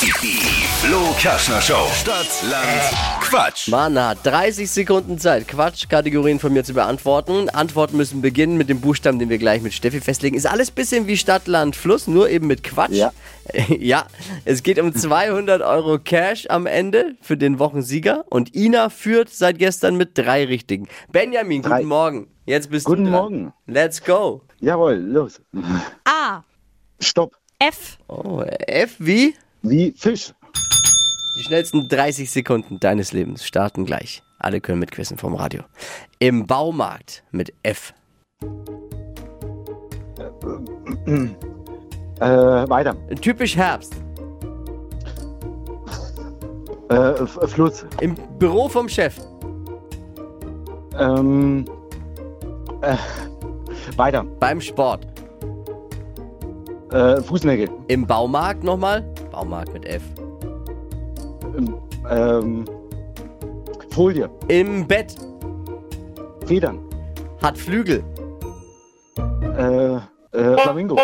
Die Flo Kaschner Show. Stadt, Land, Quatsch. Mana hat 30 Sekunden Zeit, Quatschkategorien von mir zu beantworten. Antworten müssen beginnen mit dem Buchstaben, den wir gleich mit Steffi festlegen. Ist alles bisschen wie Stadt, Land, Fluss, nur eben mit Quatsch. Ja. Ja, es geht um 200 Euro Cash am Ende für den Wochensieger. Und Ina führt seit gestern mit drei Richtigen. Benjamin, Drei. guten Morgen. Jetzt bist Guten du dran. Morgen. Let's go. Jawohl, los. A. Stopp. F. Oh, F wie? Wie Fisch. Die schnellsten 30 Sekunden deines Lebens starten gleich. Alle können mitquissen vom Radio. Im Baumarkt mit F. Äh, weiter. Typisch Herbst. Äh, F- Fluss. Im Büro vom Chef. Ähm, äh, weiter. Beim Sport. Äh, Fußnägel. Im Baumarkt nochmal. Baumarkt mit F. Ähm, Ähm, Folie. Im Bett. Federn. Hat Flügel. Äh, äh, Flamingo.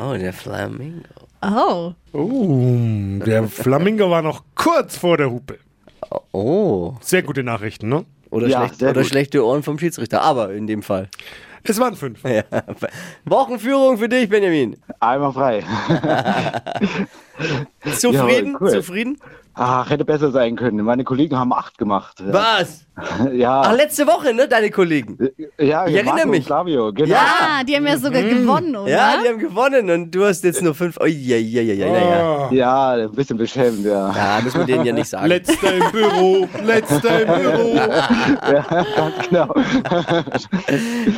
Oh, der Flamingo. Oh. Oh, der Flamingo war noch kurz vor der Hupe. Oh. Sehr gute Nachrichten, ne? Oder, Ja, schlecht, sehr oder gut. schlechte Ohren vom Schiedsrichter. Aber in dem Fall. Es waren fünf. Ja. Wochenführung für dich, Benjamin. Einmal frei. Zufrieden? Jawohl, cool. Zufrieden? Ach, hätte besser sein können. Meine Kollegen haben acht gemacht. Ja, Was? Ach, ja, letzte Woche, ne? Deine Kollegen. ja ich erinnere Marco und mich. Flavio, genau. Ja. Ah, die haben ja sogar gewonnen, oder? Ja, die haben gewonnen und du hast jetzt nur fünf. Oh, ja, ja, ja, ja, ja. Oh. Ah, Ja, ein bisschen beschämt, ja. Ja, müssen wir denen ja nicht sagen. Letzter im Büro, letzter im Büro. Genau.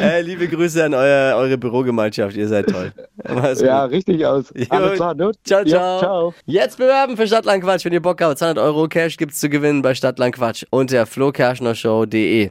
Äh, liebe Grüße an euer, eure Bürogemeinschaft, ihr seid toll. Mach's Ja, gut. richtig aus. Alles klar, ne? Ciao, Ja, ciao. ciao. Jetzt bewerben für Stadtland Quatsch. Wenn ihr Bock habt, 200 Euro Cash gibt's zu gewinnen bei Stadtland Quatsch unter flokerschnershow.de.